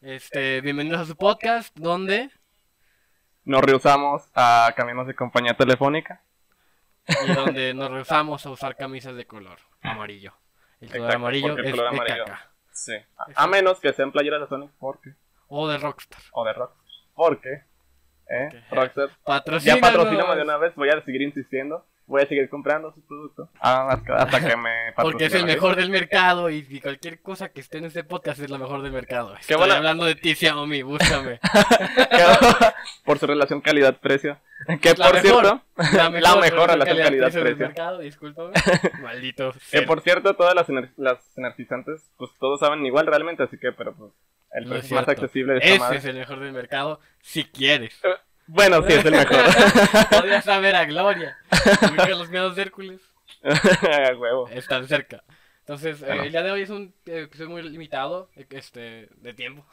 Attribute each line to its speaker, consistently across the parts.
Speaker 1: Este, bienvenidos a su podcast, donde
Speaker 2: nos rehusamos a cambiarnos de compañía telefónica.
Speaker 1: y donde nos rehusamos a usar camisas de color amarillo. El color
Speaker 2: Exacto,
Speaker 1: amarillo
Speaker 2: porque el
Speaker 1: es
Speaker 2: color
Speaker 1: de
Speaker 2: amarillo.
Speaker 1: caca.
Speaker 2: Sí. A, a menos que sean playeras de Sonic, porque
Speaker 1: O de Rockstar.
Speaker 2: o de Rockstar, porque eh,
Speaker 1: Ok. Pues
Speaker 2: Rockstar ya
Speaker 1: Patrocina.
Speaker 2: patrocíname de una vez, voy a seguir insistiendo, voy a seguir comprando su producto ah, hasta, hasta que me patrocinen.
Speaker 1: Porque es el
Speaker 2: ¿sí?
Speaker 1: mejor del mercado y, y cualquier cosa que esté en este podcast es la mejor del mercado. Estoy
Speaker 2: buena-
Speaker 1: hablando de ti, Xiaomi, búscame.
Speaker 2: por su relación calidad-precio. Que
Speaker 1: La
Speaker 2: por
Speaker 1: mejor.
Speaker 2: cierto,
Speaker 1: La
Speaker 2: mejor relación
Speaker 1: precio del
Speaker 2: calidad-precio.
Speaker 1: mercado, discúlpame. Maldito.
Speaker 2: que
Speaker 1: ser.
Speaker 2: por cierto, todas las, ener- las energizantes, pues todos saben igual realmente, así que, pero pues, el
Speaker 1: No es
Speaker 2: precio más
Speaker 1: cierto.
Speaker 2: accesible de esta
Speaker 1: Ese
Speaker 2: madre.
Speaker 1: es el mejor del mercado, si quieres.
Speaker 2: Bueno, sí, es el mejor.
Speaker 1: Podrías saber a Gloria. Porque los miedos de Hércules
Speaker 2: A huevo.
Speaker 1: están cerca. Entonces, eh,
Speaker 2: Bueno.
Speaker 1: el día de hoy es un eh, episodio muy limitado eh, este, de tiempo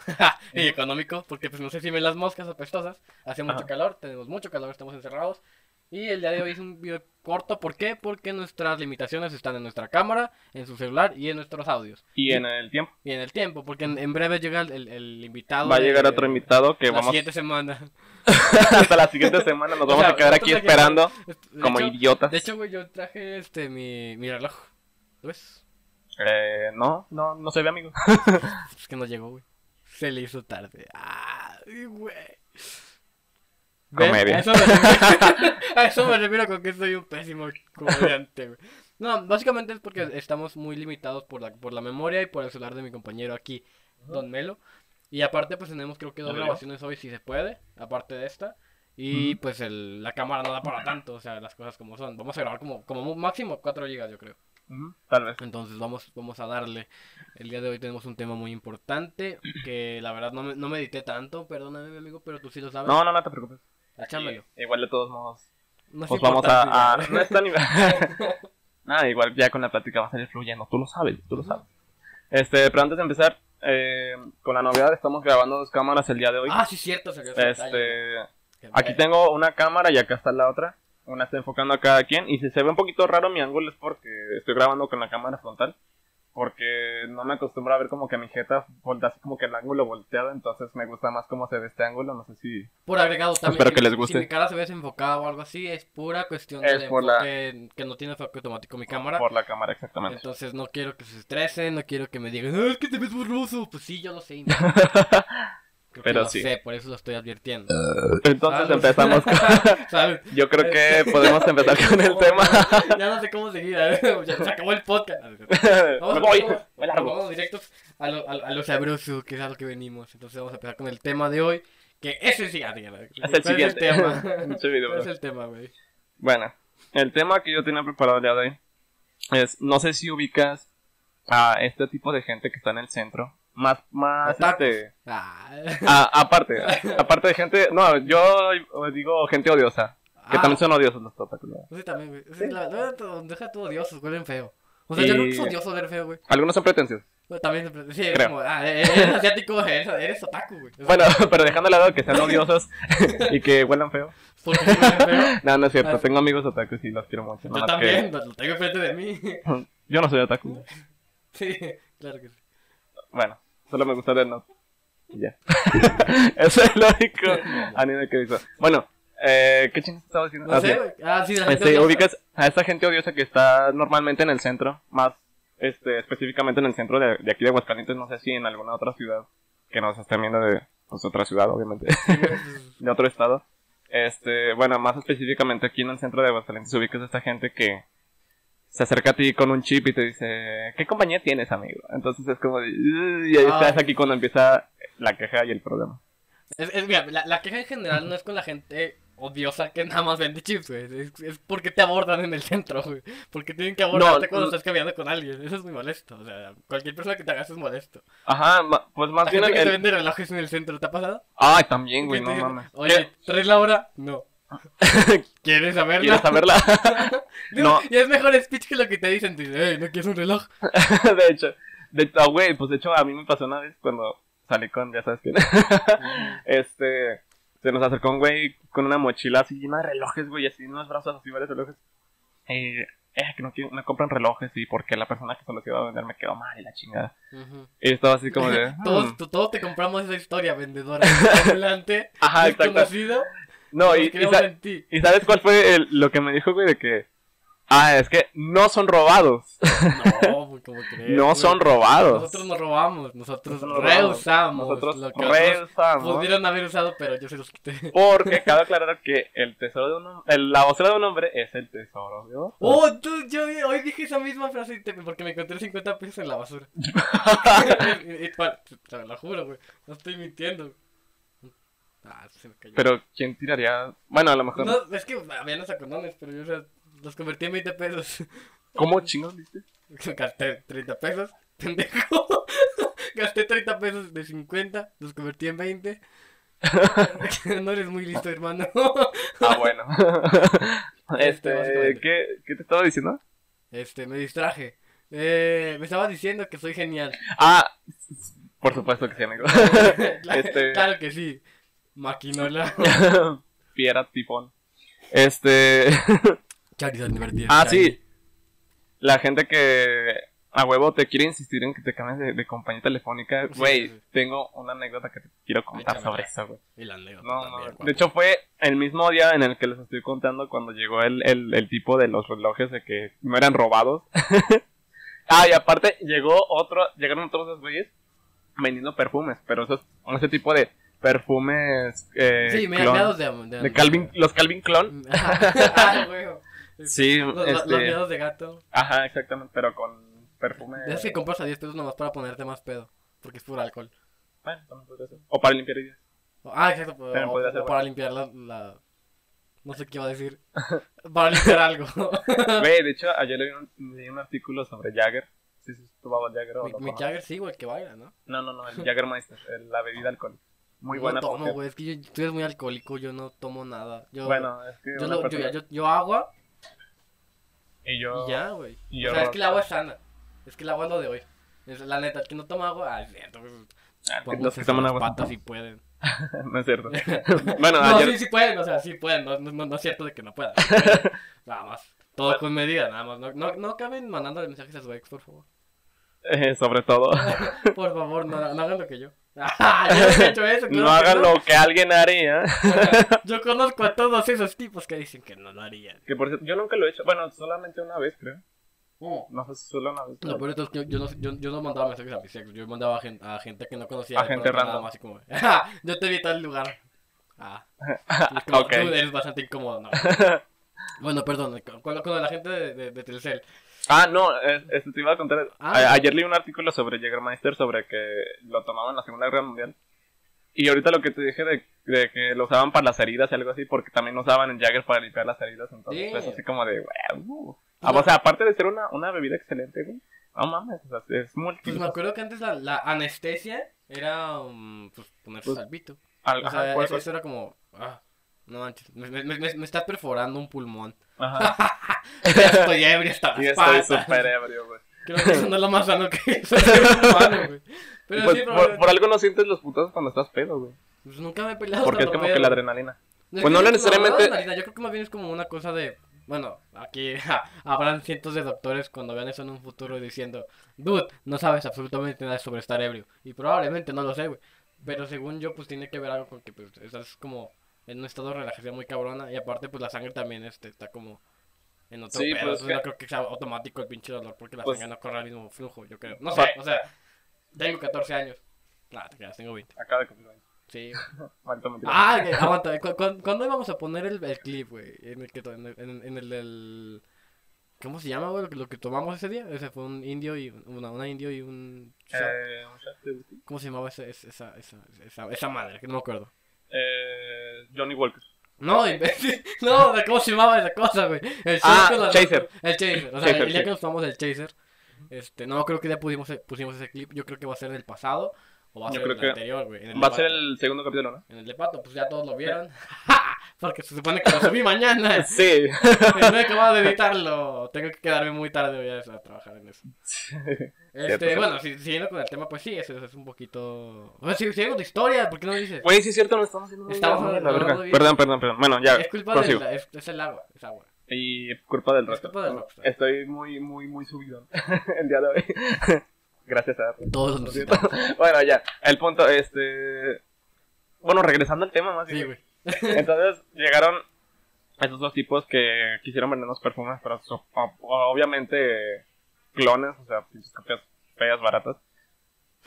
Speaker 1: y económico, porque pues no sé si ven las moscas apestosas, hace mucho
Speaker 2: Ajá.
Speaker 1: calor, tenemos mucho calor, estamos encerrados. Y el día de hoy es un video corto, ¿por qué? Porque nuestras limitaciones están en nuestra cámara, en su celular y en nuestros audios.
Speaker 2: Y en el tiempo.
Speaker 1: Y en el tiempo, porque en, en breve llega el, el- el invitado.
Speaker 2: Va a
Speaker 1: de-
Speaker 2: llegar otro invitado que
Speaker 1: la
Speaker 2: vamos
Speaker 1: siguiente semana.
Speaker 2: hasta la siguiente semana. Nos
Speaker 1: O
Speaker 2: vamos
Speaker 1: sea,
Speaker 2: a quedar aquí
Speaker 1: nosotros aquí-
Speaker 2: esperando
Speaker 1: De
Speaker 2: como
Speaker 1: hecho-
Speaker 2: idiotas.
Speaker 1: De hecho, güey, yo traje este mi, mi reloj. ¿Lo ves?
Speaker 2: Eh, no, no, no se ve, amigo.
Speaker 1: Es que no llegó, güey. Se le hizo tarde. Ay, güey. ¿Ves?
Speaker 2: Comedia.
Speaker 1: A eso, me refiero, a eso me refiero con que soy un pésimo comediante, güey. No, básicamente es porque estamos muy limitados por la, por la memoria y por el celular de mi compañero aquí, Don Melo. Y aparte, pues tenemos creo que dos
Speaker 2: Don Melo.
Speaker 1: grabaciones hoy, si se puede, aparte de esta. Y
Speaker 2: Ujú.
Speaker 1: pues el, la cámara no da para tanto, o sea, las cosas como son. Vamos a grabar como, como máximo 4 gigas, yo creo.
Speaker 2: Ujú, Tal vez.
Speaker 1: Entonces vamos, vamos a darle. El día de hoy tenemos un tema muy importante que la verdad no me, no medité tanto, perdóname mi amigo, pero tú sí lo sabes.
Speaker 2: No, no, no te preocupes.
Speaker 1: Échamelo.
Speaker 2: Y- Igual de todos modos.
Speaker 1: No es
Speaker 2: Pues vamos a. a-
Speaker 1: importante,
Speaker 2: No es tan. Nada, igual ya con la plática va a salir fluyendo. Tú lo sabes, tú lo sabes. Este, pero antes de empezar, eh, con la novedad, estamos grabando dos cámaras el día de hoy.
Speaker 1: Ah, sí, cierto. se quedó ese detalle.
Speaker 2: este.
Speaker 1: Que-
Speaker 2: Aquí tengo una cámara y acá está la otra. Una está enfocando a cada quien. Y si se ve un poquito raro mi ángulo es porque estoy grabando con la cámara frontal. Porque no me acostumbro a ver como que mi jeta voltea así como que el ángulo volteado. Entonces me gusta más cómo se ve este ángulo. No sé si.
Speaker 1: Por agregado también.
Speaker 2: Espero
Speaker 1: si-
Speaker 2: que les
Speaker 1: Si
Speaker 2: guste.
Speaker 1: mi cara se ve desenfocada o algo así, es pura cuestión
Speaker 2: Es
Speaker 1: de
Speaker 2: por la-
Speaker 1: enfoque, que no tiene enfoque automático mi cámara.
Speaker 2: Por la cámara, exactamente.
Speaker 1: Entonces no quiero que se estresen, no quiero que me digan, "Ah, es que te ves borroso. Pues sí, yo lo sé. Inés. Creo que
Speaker 2: Pero
Speaker 1: lo
Speaker 2: sí.
Speaker 1: sé, por eso lo estoy advirtiendo.
Speaker 2: Entonces
Speaker 1: Salud.
Speaker 2: empezamos con.
Speaker 1: Salud.
Speaker 2: Yo creo que podemos empezar con el
Speaker 1: No,
Speaker 2: tema.
Speaker 1: Ya, no sé cómo seguir. a ver, Ya se acabó el podcast.
Speaker 2: Me voy,
Speaker 1: vamos,
Speaker 2: me largo.
Speaker 1: vamos directos a lo, a, lo- a lo sabroso, que es a lo que venimos. Entonces vamos a empezar con el tema de hoy. Que es el siguiente.
Speaker 2: Es el siguiente.
Speaker 1: tema.
Speaker 2: Mucho video,
Speaker 1: ¿Cuál
Speaker 2: bro.
Speaker 1: es el tema, güey?
Speaker 2: Bueno, el tema que yo tenía preparado el día de hoy es, no sé si ubicas a este tipo de gente que está en el centro, más, más,
Speaker 1: Otakus.
Speaker 2: este,
Speaker 1: Ah,
Speaker 2: a- aparte, aparte de gente, no, yo digo gente odiosa, que
Speaker 1: ah,
Speaker 2: también son odiosos los otakus. ¿no?
Speaker 1: no sé también, güey. O sea, la- la- la- deja tú odiosos, huelen feo. O sea, yo
Speaker 2: Y-
Speaker 1: creo que es odioso ver feo, güey.
Speaker 2: Algunos son pretenciosos.
Speaker 1: Pero También, se- sí, es
Speaker 2: Creo.
Speaker 1: como, ah, eres asiático, eres, eres otaku, güey. O sea,
Speaker 2: Bueno, pero dejando de lado que sean odiosos y que huelan feo.
Speaker 1: porque sí huelen feo.
Speaker 2: No, no es cierto,
Speaker 1: Ah.
Speaker 2: tengo amigos otakus y los quiero mucho.
Speaker 1: Yo
Speaker 2: nada más que-
Speaker 1: también, lo lo tengo enfrente de mí.
Speaker 2: Yo no soy otaku.
Speaker 1: Sí, claro que sí.
Speaker 2: Bueno, solo me gusta Death Note. Y ya. Eso es lo único anime que hizo. Bueno, eh, ¿qué chingas estaba diciendo?
Speaker 1: No
Speaker 2: Ah,
Speaker 1: sé,
Speaker 2: sí.
Speaker 1: güey. Ah, sí, de la
Speaker 2: Este,
Speaker 1: gente
Speaker 2: ubicas a esta gente odiosa que está normalmente en el centro, más este, específicamente en el centro de, de aquí de Aguascalientes, no sé si en alguna otra ciudad que nos estén viendo de pues, otra ciudad, obviamente, de otro estado. Este, bueno, más específicamente aquí en el centro de Aguascalientes ubicas a esta gente que se acerca a ti con un chip y te dice, ¿qué compañía tienes, amigo? Entonces es como, de, "Ugh", y ahí
Speaker 1: Ah.
Speaker 2: estás aquí cuando empieza la queja y el problema.
Speaker 1: Es, es- mira, la, la queja en general no es con la gente odiosa que nada más vende chips, güey. Es, es porque te abordan en el centro, güey. Porque tienen que abordarte
Speaker 2: No,
Speaker 1: cuando
Speaker 2: no.
Speaker 1: estás caminando con alguien. Eso es muy molesto. O sea, cualquier persona que te hagas es molesto.
Speaker 2: Ajá, ma- pues más
Speaker 1: La
Speaker 2: bien
Speaker 1: gente
Speaker 2: el...
Speaker 1: que te
Speaker 2: el-
Speaker 1: vende relojes en el centro, ¿te ha pasado?
Speaker 2: Ay, también, güey,
Speaker 1: Que
Speaker 2: no
Speaker 1: te dicen,
Speaker 2: mames. Eh,
Speaker 1: Oye, ¿traes la hora? No. ¿Quieres saberla?
Speaker 2: ¿Quieres saberla?
Speaker 1: No.
Speaker 2: No.
Speaker 1: Y es mejor speech que lo que te dicen. Te dicen, "Ey, ¿no quieres un reloj?
Speaker 2: de hecho, de, ah, güey, pues de hecho a mí me pasó una vez cuando salí con, ya sabes quién, este, se nos acercó un güey con una mochila así llena de relojes, güey, así unos brazos así, varios relojes. Y eh, que no, quieren- no compran relojes y porque la persona que se los iba a vender me quedó mal y la chingada.
Speaker 1: Ujú.
Speaker 2: Y estaba así como de. hmm.
Speaker 1: Todos, t- todos te compramos esa historia, vendedora. Adelante,
Speaker 2: Ajá, exacto.
Speaker 1: desconocido.
Speaker 2: No, y,
Speaker 1: nos
Speaker 2: y
Speaker 1: creemos
Speaker 2: sa-
Speaker 1: en ti.
Speaker 2: y ¿sabes cuál fue el- lo que me dijo, güey? De que. Ah, es que no son robados.
Speaker 1: No, güey, ¿cómo crees?
Speaker 2: no
Speaker 1: güey?
Speaker 2: son robados.
Speaker 1: Nosotros no robamos, nosotros
Speaker 2: Nosotros robamos.
Speaker 1: reusamos.
Speaker 2: Nosotros
Speaker 1: lo que otros
Speaker 2: reusamos.
Speaker 1: Pudieron haber usado, pero yo se los quité.
Speaker 2: Porque cabe aclarar que el tesoro de un hom- el- la vocera de un hombre es el tesoro de otro.
Speaker 1: Oh, tú, yo di- hoy dije esa misma frase y te- porque me encontré 50 pesos en la basura. Y- y- pa- te lo juro, güey. No estoy mintiendo. Ah, se me cayó.
Speaker 2: Pero ¿quién tiraría? Bueno, a lo mejor.
Speaker 1: No, es que había los acordones, pero yo o sea, los convertí en 20 pesos.
Speaker 2: ¿Cómo chingos viste?
Speaker 1: Gasté 30 pesos, pendejo. Gasté 30 pesos de 50, los convertí en 20. no eres muy listo, hermano.
Speaker 2: Ah, bueno.
Speaker 1: Este,
Speaker 2: este,
Speaker 1: básicamente.
Speaker 2: ¿qué, ¿qué te estaba diciendo?
Speaker 1: Este, me distraje. Eh, me estabas diciendo que soy genial.
Speaker 2: Ah, por supuesto que sí, amigo.
Speaker 1: claro,
Speaker 2: Este-
Speaker 1: claro que sí. Maquinola.
Speaker 2: Fiera tifón. Este.
Speaker 1: Charizard divertido.
Speaker 2: ah, sí. La gente que a huevo te quiere insistir en que te cambies de, de compañía telefónica.
Speaker 1: Sí, sí,
Speaker 2: Güey,
Speaker 1: sí.
Speaker 2: tengo una anécdota que te quiero contar
Speaker 1: Échamela.
Speaker 2: sobre eso, güey.
Speaker 1: Y la anécdota
Speaker 2: No, no,
Speaker 1: también,
Speaker 2: De
Speaker 1: guapo.
Speaker 2: hecho, fue el mismo día en el que les estoy contando cuando llegó el, el, el tipo de los relojes de que no eran robados. ah, y aparte llegó otro, llegaron otros dos güeyes vendiendo perfumes, pero esos, ese tipo de perfumes eh,
Speaker 1: Sí, me
Speaker 2: clon.
Speaker 1: meados de, de,
Speaker 2: de Calvin, los Calvin Clon.
Speaker 1: Ah, güey.
Speaker 2: Sí,
Speaker 1: Los, los- los
Speaker 2: este,
Speaker 1: meados de gato.
Speaker 2: ajá, exactamente, pero con perfume.
Speaker 1: Es que compras a 10 pesos nomás para ponerte más pedo. Porque es puro alcohol.
Speaker 2: Bueno, también podría ser. O para limpiar ideas.
Speaker 1: Ah, exacto. pero-
Speaker 2: Pero
Speaker 1: o-
Speaker 2: podría
Speaker 1: o
Speaker 2: ser
Speaker 1: para limpiar la, la- No sé qué iba a decir. Para limpiar algo.
Speaker 2: Güey, de hecho, ayer leí un, leí un artículo sobre Jagger. Sí, sí, tú vas Jagger o
Speaker 1: Mi-
Speaker 2: lo
Speaker 1: Mi
Speaker 2: conoces.
Speaker 1: Jagger sí, güey, que baila, ¿no?
Speaker 2: No, no, no, el Jagermeister, el- la bebida alcohólica. Muy buena.
Speaker 1: No tomo,
Speaker 2: porque-
Speaker 1: güey. Es que yo, tú eres muy alcohólico. Yo no tomo nada. Yo,
Speaker 2: Bueno, es que
Speaker 1: yo,
Speaker 2: una
Speaker 1: lo- yo,
Speaker 2: persona-
Speaker 1: yo- yo agua
Speaker 2: y yo
Speaker 1: y ya, güey.
Speaker 2: y
Speaker 1: O
Speaker 2: yo
Speaker 1: sea, es
Speaker 2: no-
Speaker 1: que el agua es sana. Es que el agua es lo de hoy. Es, la neta, el que no toma agua, ah, es cierto. pues,
Speaker 2: Ah, que
Speaker 1: pónganse
Speaker 2: los que toman
Speaker 1: las
Speaker 2: agua
Speaker 1: patas si pueden.
Speaker 2: no es cierto. bueno,
Speaker 1: No,
Speaker 2: ayer
Speaker 1: sí, sí pueden, o sea, sí pueden. No, no, no- no es cierto de que no puedan. sí pueden. nada más. Todo con medida, nada más. No, no, no acaben mandándole mensajes a su ex, por favor.
Speaker 2: eh, sobre todo
Speaker 1: Por favor, no, no hagan lo que yo. Ah, yo he hecho eso. claro
Speaker 2: no
Speaker 1: que
Speaker 2: hagan lo que alguien haría.
Speaker 1: Yo conozco a todos esos tipos que dicen que no lo harían.
Speaker 2: que por cierto, yo nunca lo he hecho. Bueno, solamente una vez, creo. No sé si solo una vez.
Speaker 1: Lo peor de todo es que yo no, yo, yo no mandaba mensajes a mis ex, yo mandaba a gente, a gente que no conocía.
Speaker 2: A
Speaker 1: de
Speaker 2: gente
Speaker 1: pronto nada
Speaker 2: random.
Speaker 1: más así como, "Ja, yo te vi en tal lugar. Ah, Y es como,
Speaker 2: Ok.
Speaker 1: tú eres bastante incómodo, ¿no? bueno, perdón, con, con- con la gente de, de, de Telcel.
Speaker 2: Ah, no, eh, este, te iba a contar.
Speaker 1: Ah.
Speaker 2: A- ayer leí un artículo sobre Jägermeister sobre que lo tomaban en la Segunda Guerra Mundial. Y ahorita lo que te dije de, de que lo usaban para las heridas y algo así, porque también usaban el Jagger para limpiar las heridas. Entonces,
Speaker 1: Sí.
Speaker 2: pues, así como de. "Wow, uh". Ah, O sea, aparte de ser una, una bebida excelente, güey. No mames, o sea, es multi.
Speaker 1: Pues me acuerdo que antes la, la anestesia era um, pues, ponerse
Speaker 2: Pues,
Speaker 1: salvito.
Speaker 2: Al-
Speaker 1: O
Speaker 2: ajá,
Speaker 1: sea,
Speaker 2: cual-
Speaker 1: eso, eso era como, ah, no manches, me, me, me, me está perforando un pulmón.
Speaker 2: ajá.
Speaker 1: Ya estoy ebrio hasta las
Speaker 2: Y estoy
Speaker 1: patas.
Speaker 2: súper ebrio, güey.
Speaker 1: Creo que eso no es lo más sano que es el ser humano, güey. Pero
Speaker 2: Pues,
Speaker 1: sí,
Speaker 2: por,
Speaker 1: probablemente-
Speaker 2: por algo no sientes los putazos cuando estás pedo, güey.
Speaker 1: pues nunca me he peleado.
Speaker 2: Porque es
Speaker 1: tanto
Speaker 2: como
Speaker 1: pedo.
Speaker 2: que la adrenalina.
Speaker 1: es
Speaker 2: pues no
Speaker 1: que yo-
Speaker 2: necesariamente-
Speaker 1: no, no, no, yo creo que más bien es como una cosa de. Bueno, aquí ja, habrán cientos de doctores cuando vean eso en un futuro diciendo, dude, no sabes absolutamente nada sobre estar ebrio. Y probablemente no lo sé, güey. Pero según yo, pues tiene que ver algo con que pues, estás como en un estado de relajación muy cabrona. Y aparte, pues la sangre también este, está como en otro
Speaker 2: Sí,
Speaker 1: pedo.
Speaker 2: pues,
Speaker 1: Entonces,
Speaker 2: que-
Speaker 1: no creo que sea automático el pinche dolor porque la
Speaker 2: Pues-
Speaker 1: sangre no corre al mismo flujo, yo creo. No sé, o sea, tengo 14 años. Nah, te creas, tengo 20.
Speaker 2: Acaba de cumplir.
Speaker 1: Sí,
Speaker 2: Maldito mentira.
Speaker 1: Ah, que- aguanta. ¿cu- cu- ¿Cuándo íbamos a poner el, el clip, güey? En el que to- en el, en- en el del- ¿Cómo se llama, güey? Lo que, lo que tomamos ese día. Ese fue un indio y una, una indio y un.
Speaker 2: Eh, un shot de whisky.
Speaker 1: ¿Cómo se llamaba ese- ese- esa, esa, esa, esa madre? Que no me acuerdo.
Speaker 2: Eh, Johnny Walker.
Speaker 1: No, eh. imbécil. No, de ¿cómo se llamaba esa cosa, güey? El
Speaker 2: Ah,
Speaker 1: shot con las-
Speaker 2: chaser.
Speaker 1: El chaser. O sea,
Speaker 2: Chaser,
Speaker 1: el día
Speaker 2: sí.
Speaker 1: que nos tomamos el chaser. Este, no creo que ya pudimos, pusimos ese clip. Yo creo que va a ser del pasado. O va a
Speaker 2: Yo
Speaker 1: ser
Speaker 2: creo
Speaker 1: el
Speaker 2: que
Speaker 1: anterior, güey. en
Speaker 2: Va a ser
Speaker 1: debate.
Speaker 2: el segundo capítulo, ¿no?
Speaker 1: En el de Pato, pues ya todos lo vieron. Porque se supone que lo subí mañana.
Speaker 2: Sí.
Speaker 1: No he acabado de editarlo. Tengo que quedarme muy tarde hoy a a trabajar en eso. Este,
Speaker 2: Cierto.
Speaker 1: bueno, si- siguiendo con el tema, pues sí, eso es un poquito. Bueno, si siguiendo tu historia, ¿por qué no dices?
Speaker 2: Güey, sí es cierto, no estamos haciendo
Speaker 1: Estamos
Speaker 2: nada,
Speaker 1: hablando
Speaker 2: la verga.
Speaker 1: de-
Speaker 2: Perdón, perdón, perdón. Bueno, ya.
Speaker 1: es culpa
Speaker 2: prosigo.
Speaker 1: del es, es el agua, es agua.
Speaker 2: Y es culpa del
Speaker 1: Es
Speaker 2: resto.
Speaker 1: culpa del Rockstar.
Speaker 2: Estoy muy, muy, muy subido el día de hoy. Gracias a
Speaker 1: Todos
Speaker 2: Lo
Speaker 1: nos
Speaker 2: siento.
Speaker 1: necesitamos.
Speaker 2: Bueno, ya. El punto, este. Bueno, regresando al tema más.
Speaker 1: Sí,
Speaker 2: bien.
Speaker 1: güey.
Speaker 2: Entonces llegaron esos dos tipos que quisieron vendernos perfumes, pero so- o- obviamente clones, o sea, pinches copias feas, baratas.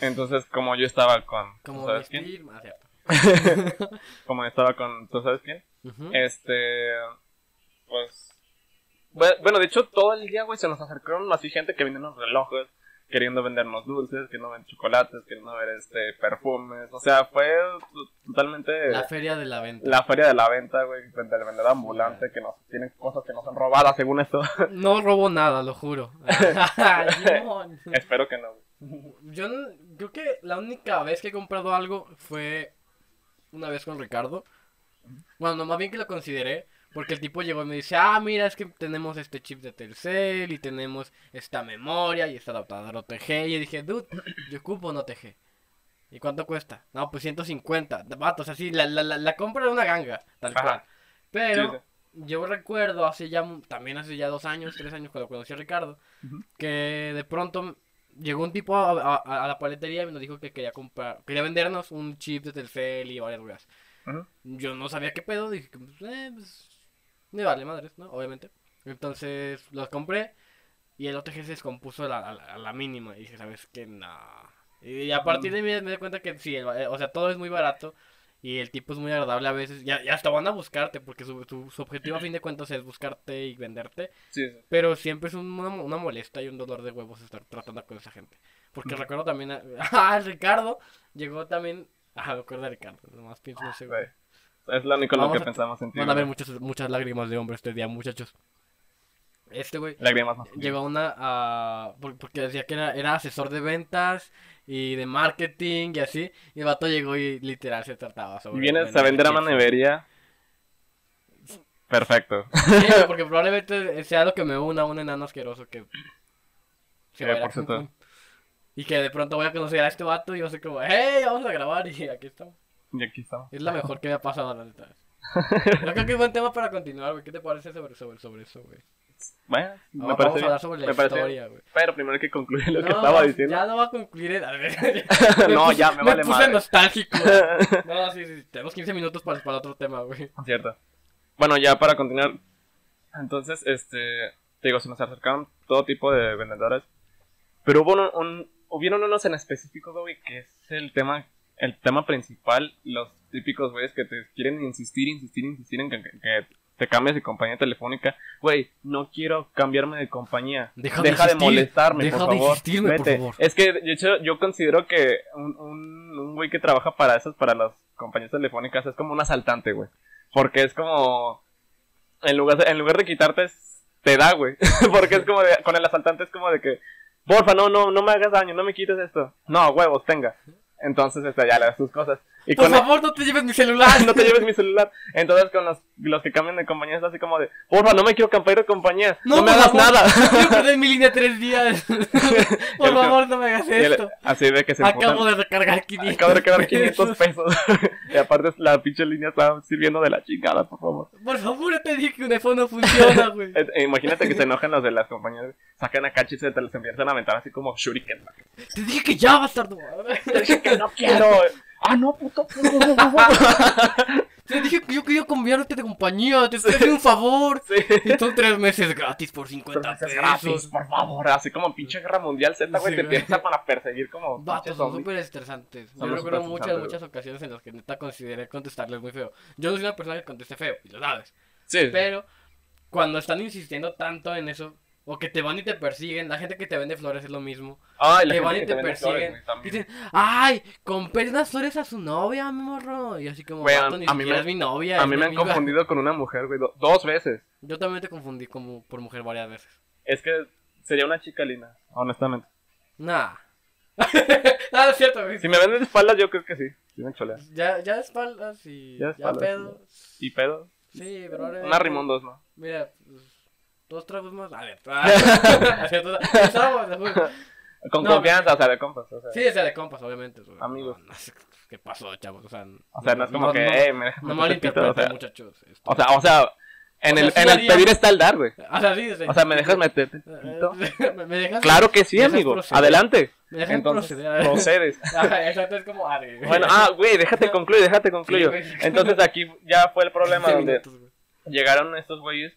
Speaker 2: Entonces, como yo estaba con. ¿tú
Speaker 1: Como
Speaker 2: sabes quién?
Speaker 1: vestir, más cierto.
Speaker 2: Como yo estaba con. ¿Tú sabes quién?
Speaker 1: Ujú.
Speaker 2: Este. Pues. bue- Bueno, de hecho, todo el día, güey, se nos acercaron así gente que vendiendo relojes, queriendo vendernos dulces, queriendo vender chocolates, queriendo ver este, perfumes. O sea, fue t- totalmente
Speaker 1: La feria de la venta.
Speaker 2: la feria de la venta, güey, del vendedor ambulante, que nos tienen cosas que nos han robado, según esto.
Speaker 1: No robo nada, lo juro. Simón.
Speaker 2: Espero que no. güey.
Speaker 1: Yo n- creo que la única vez que he comprado algo fue una vez con Ricardo. Bueno, no, más bien que lo consideré, porque el tipo llegó y me dice, ah, mira, es que tenemos este chip de Telcel y tenemos esta memoria y este adaptador OTG. Y yo dije, dude, yo ocupo un OTG. ¿Y cuánto cuesta? No, pues 150. Vatos, así, la, la, la, la compra de una ganga, tal
Speaker 2: Ajá.
Speaker 1: cual. Pero...
Speaker 2: Sí, sí.
Speaker 1: Yo recuerdo hace ya, mu- también hace ya dos años, tres años cuando conocí a Ricardo,
Speaker 2: Ujú.
Speaker 1: que de pronto llegó un tipo a, a- a la paletería y nos dijo que quería comprar, quería vendernos un chip de Telcel y varias ruedas.
Speaker 2: Ujú.
Speaker 1: Yo no sabía qué pedo, dije que pues, eh, pues, me vale madres, ¿no? Obviamente. Entonces los compré y el OTG se descompuso a la, a la- a la mínima. Y dije, ¿sabes qué? No. Y a partir de ahí me, me di cuenta que sí, el- eh, o sea, todo es muy barato y el tipo es muy agradable a veces. Ya, hasta van a buscarte porque su, su, su objetivo a fin de cuentas es buscarte y venderte.
Speaker 2: Sí, sí.
Speaker 1: Pero siempre es un- una, una molestia y un dolor de huevos estar tratando con esa gente. Porque recuerdo también a, ah, Ricardo llegó también. Ah, me acuerdo de Ricardo, nomás pienso en ese güey.
Speaker 2: Ah, Güey. Es lo único en lo
Speaker 1: Vamos
Speaker 2: que
Speaker 1: a-
Speaker 2: pensamos en ti.
Speaker 1: Van a haber
Speaker 2: güey.
Speaker 1: muchas, muchas lágrimas de hombre este día, muchachos. Este güey
Speaker 2: Lágrimas más.
Speaker 1: llegó a una a- por- porque decía que era, era asesor de ventas y de marketing y así. Y el vato llegó y literal se trataba sobre.
Speaker 2: Y vienes a vender a una nevería. Perfecto.
Speaker 1: Sí, güey, porque probablemente sea lo que me una un enano asqueroso que. se
Speaker 2: Eh,
Speaker 1: baila
Speaker 2: por cierto.
Speaker 1: cum cum. Y que de pronto voy a conocer a este vato y yo sé como, hey, vamos a grabar y aquí estamos.
Speaker 2: Y aquí estamos.
Speaker 1: Es la mejor que me ha pasado, la neta. Yo creo que es buen tema para continuar, güey. ¿Qué te parece sobre, sobre, sobre eso, güey?
Speaker 2: Bueno, me
Speaker 1: Ahora
Speaker 2: parece
Speaker 1: vamos a
Speaker 2: bien.
Speaker 1: hablar sobre la
Speaker 2: Me parece bien.
Speaker 1: historia, güey.
Speaker 2: Pero primero hay que concluir lo que
Speaker 1: No,
Speaker 2: estaba
Speaker 1: vamos,
Speaker 2: diciendo.
Speaker 1: Ya no va a concluir. el- a ver, me
Speaker 2: No,
Speaker 1: puse-
Speaker 2: ya, me vale
Speaker 1: puse
Speaker 2: madre.
Speaker 1: nostálgico. No, sí, sí, tenemos 15 minutos para, para otro tema, güey.
Speaker 2: Cierto. Bueno, ya para continuar. Entonces, este. Te digo, se nos acercaron todo tipo de vendedores. Pero hubo un, un- hubieron unos en específico, güey, que es el tema. El tema principal, los típicos güeyes que te quieren insistir, insistir, insistir en que, que te cambies de compañía telefónica. Güey, no quiero cambiarme de compañía.
Speaker 1: Deja
Speaker 2: Deja,
Speaker 1: de
Speaker 2: de,
Speaker 1: insistir,
Speaker 2: molestarme,
Speaker 1: deja
Speaker 2: por
Speaker 1: de
Speaker 2: favor.
Speaker 1: insistirme, por
Speaker 2: Vete. Eh,
Speaker 1: favor.
Speaker 2: Es que, de hecho, yo considero que un, un, un güey que trabaja para esas, para las compañías telefónicas, es como un asaltante, güey. Porque es como. En lugar de, en lugar de quitarte, es- te da, güey. Porque es como de. Con el asaltante es como de que. Porfa, no, no, no me hagas daño, no me quites esto. No, huevos, tenga. Entonces, este, ya le das tus cosas. Y
Speaker 1: Por
Speaker 2: con el-
Speaker 1: favor, no te lleves mi celular.
Speaker 2: no te lleves mi celular. Entonces, con los, los que cambian de compañía, es así como de. Porfa, no me quiero cambiar de compañía. No, me
Speaker 1: por
Speaker 2: hagas
Speaker 1: favor,
Speaker 2: nada.
Speaker 1: No quiero perder mi línea tres días. Por
Speaker 2: El-
Speaker 1: favor, no me hagas
Speaker 2: Y él-
Speaker 1: esto.
Speaker 2: así de que se emputan.
Speaker 1: Acabo de recargar 500.
Speaker 2: Acabo de quedar 500
Speaker 1: pesos.
Speaker 2: pesos. y aparte la pinche línea está sirviendo de la chingada, por favor.
Speaker 1: Por favor, te dije que un iPhone no funciona, güey.
Speaker 2: Eh, eh, imagínate que se enojan los de las compañías. Sacan acá chistes y te los empiezan a aventar así como shuriken.
Speaker 1: Te dije que ya, bastardo.
Speaker 2: que no quiero. ah, no, puto.
Speaker 1: Te dije que yo quería cambiarte de compañía. Te estoy haciendo un favor.
Speaker 2: sí.
Speaker 1: Y son tres meses gratis por 50
Speaker 2: Entonces,
Speaker 1: pesos.
Speaker 2: gratis, por favor. Así como pinche guerra mundial Z, güey.
Speaker 1: Sí,
Speaker 2: te
Speaker 1: güey.
Speaker 2: empiezan para perseguir como. pinches
Speaker 1: Vatos, son
Speaker 2: zombies.
Speaker 1: súper estresantes. Yo
Speaker 2: Son los
Speaker 1: recuerdo
Speaker 2: súper
Speaker 1: muchas,
Speaker 2: estresantes,
Speaker 1: muchas ocasiones en las que neta consideré contestarles muy feo. Yo no soy una persona que conteste feo, y lo sabes.
Speaker 2: Sí.
Speaker 1: Pero cuando están insistiendo tanto en eso, o que te van y te persiguen, la gente que te vende flores es lo mismo.
Speaker 2: Ay,
Speaker 1: Te
Speaker 2: la gente
Speaker 1: van y
Speaker 2: que
Speaker 1: te
Speaker 2: vende flores,
Speaker 1: persiguen.
Speaker 2: güey, también.
Speaker 1: Dicen, ay, compré unas flores a su novia, morro. Y así como,
Speaker 2: Güey, a-
Speaker 1: "Vato, ni
Speaker 2: a mí
Speaker 1: siquiera
Speaker 2: me-
Speaker 1: es mi novia.
Speaker 2: A
Speaker 1: es
Speaker 2: mí
Speaker 1: mi
Speaker 2: me han
Speaker 1: amiga".
Speaker 2: confundido con una mujer, güey. do- dos veces.
Speaker 1: Yo también te confundí como por mujer varias veces.
Speaker 2: Es que sería una chica linda, honestamente.
Speaker 1: Nah. ah, es cierto, güey.
Speaker 2: Si me venden de espaldas, yo creo que sí. Sí me cholean.
Speaker 1: Ya, ya espaldas y
Speaker 2: Ya
Speaker 1: ya,
Speaker 2: espaldas,
Speaker 1: pedo.
Speaker 2: ¿Y pedo?
Speaker 1: Sí, pero ahora.
Speaker 2: Una rimondos, ¿no?
Speaker 1: Mira, pues, dos tragos más. A ver. Ah, cierto, estamos, te juro.
Speaker 2: Con
Speaker 1: No,
Speaker 2: confianza, o sea, de compas. O sea,
Speaker 1: Sí, o sea, de compas, obviamente. o sea,
Speaker 2: Amigos.
Speaker 1: no, no sé ¿Qué pasó, chavos? O sea,
Speaker 2: o sea no es como
Speaker 1: no-
Speaker 2: que,
Speaker 1: no-
Speaker 2: eh,
Speaker 1: No
Speaker 2: me dejas meter pito",
Speaker 1: malinterpreten,
Speaker 2: o sea,
Speaker 1: muchachos. esto-
Speaker 2: o sea, o sea, En,
Speaker 1: O sea,
Speaker 2: el,
Speaker 1: sí
Speaker 2: en
Speaker 1: lo
Speaker 2: el
Speaker 1: haría.
Speaker 2: pedir está el dar, güey.
Speaker 1: O sea, sí, sí.
Speaker 2: O sea, ¿me dejas meterte? tantito?
Speaker 1: Eh, ¿Me, me dejas,
Speaker 2: Claro que sí,
Speaker 1: me dejas
Speaker 2: amigo.
Speaker 1: proceder.
Speaker 2: Adelante.
Speaker 1: Me dejas
Speaker 2: Entonces,
Speaker 1: proceder.
Speaker 2: procedes.
Speaker 1: Ajá, exacto, es como. ah, de-
Speaker 2: Bueno, ah, güey, déjate concluir, déjate concluyo.
Speaker 1: güey.
Speaker 2: Entonces aquí ya fue el problema
Speaker 1: 15
Speaker 2: donde
Speaker 1: minutos, güey.
Speaker 2: llegaron estos güeyes.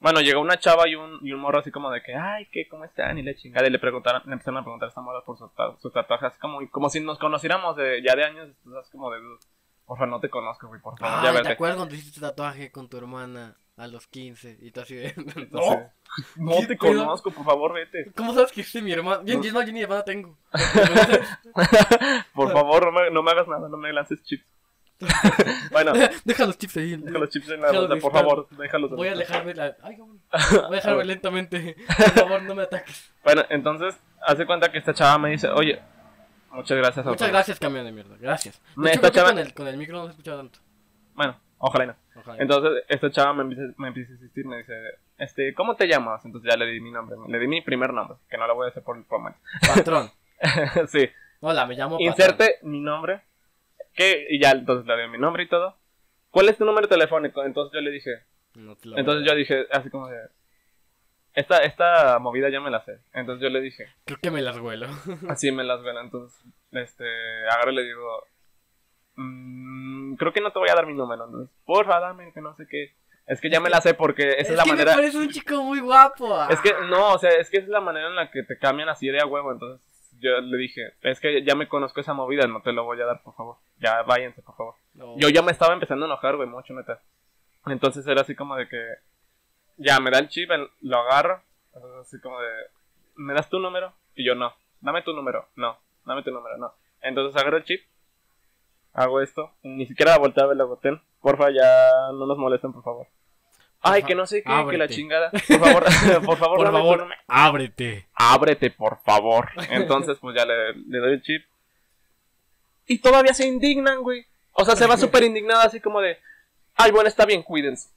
Speaker 2: Bueno, llegó una chava y un, y un morro así como de que, ay, ¿qué? ¿Cómo están? Y la chingada. Y le preguntaron, le empezaron a preguntar a esta morra por sus, ta- sus tatuajes. así Como, como si nos conociéramos de, ya de años. Entonces, como de, porfa, no te conozco, güey, por favor,
Speaker 1: Ay,
Speaker 2: ya
Speaker 1: Ah, ¿te
Speaker 2: vete.
Speaker 1: acuerdas cuando hiciste tatuaje con tu hermana a los 15? Y tú así de...
Speaker 2: Entonces, no,
Speaker 1: ¿Qué
Speaker 2: te
Speaker 1: pedo?
Speaker 2: conozco, por favor, vete.
Speaker 1: ¿Cómo sabes que hiciste mi hermana? Yo,
Speaker 2: No.
Speaker 1: yo no, yo ni hermana tengo.
Speaker 2: por favor, no me, no me hagas nada, no me lances chips. bueno,
Speaker 1: Deja los chips ahí.
Speaker 2: deja los chips en la
Speaker 1: Déjalo
Speaker 2: bolsa, por
Speaker 1: disfrutar.
Speaker 2: favor, déjalos. en
Speaker 1: Voy a
Speaker 2: la-
Speaker 1: alejarme la... Ay, cabrón. Voy a dejarme lentamente. Por favor, no me ataques.
Speaker 2: Bueno, entonces, hace cuenta que esta chava me dice, oye, muchas gracias.
Speaker 1: Muchas
Speaker 2: Arturo".
Speaker 1: gracias, camión de mierda. Gracias. De
Speaker 2: Me
Speaker 1: hecho, creo
Speaker 2: está
Speaker 1: que
Speaker 2: chava-
Speaker 1: con, el, con el micro no se escucha tanto.
Speaker 2: Bueno, ojalá y no.
Speaker 1: Ojalá.
Speaker 2: Entonces, esta chava me empieza, me empieza a insistir, me dice, este, ¿cómo te llamas? Entonces ya le di mi nombre, le di mi primer nombre, que no lo voy a hacer por el promo.
Speaker 1: Patrón.
Speaker 2: sí,
Speaker 1: Hola, me llamo Patrón.
Speaker 2: inserte mi nombre, que, y ya entonces le di mi nombre y todo. ¿Cuál es tu número telefónico? Entonces yo le dije,
Speaker 1: No te lo voy a
Speaker 2: entonces
Speaker 1: dar.
Speaker 2: yo dije, así como de, esta, esta movida ya me la sé. Entonces yo le dije,
Speaker 1: Creo que me las huelo.
Speaker 2: Así me las ven, entonces, este, agarro y le digo, "Mm, creo que no te voy a dar mi número, entonces, porfa, dame, que no sé qué. Es que ya me la sé porque esa es, la
Speaker 1: que
Speaker 2: manera,
Speaker 1: me parece un chico muy guapo. ah.
Speaker 2: es que, no, o sea, es que esa es la manera en la que te cambian así de a huevo, entonces, yo le dije, es que ya me conozco esa movida, no te lo voy a dar, por favor, ya váyanse, por favor.
Speaker 1: Ah, No.
Speaker 2: Yo ya me estaba empezando a enojar, güey, mucho, neta. Entonces era así como de que. Ya, me da el chip, el- lo agarro. entonces así como de. ¿Me das tu número? Y yo no. Dame tu número. No. Dame tu número. No. Entonces agarro el chip. Hago esto. Ni siquiera la volteé a ver la botella. Porfa, ya no nos molesten, por favor. Ay,
Speaker 1: Ajá,
Speaker 2: que no sé qué, que la
Speaker 1: ábrete.
Speaker 2: chingada. Por favor, por favor,
Speaker 1: Por
Speaker 2: dame tu
Speaker 1: favor,
Speaker 2: número.
Speaker 1: ábrete.
Speaker 2: Ábrete, por favor. Entonces, pues ya le, le doy el chip. Y todavía se indignan, güey. O sea, se va súper indignada, así como de. Ay, bueno, está bien, cuídense.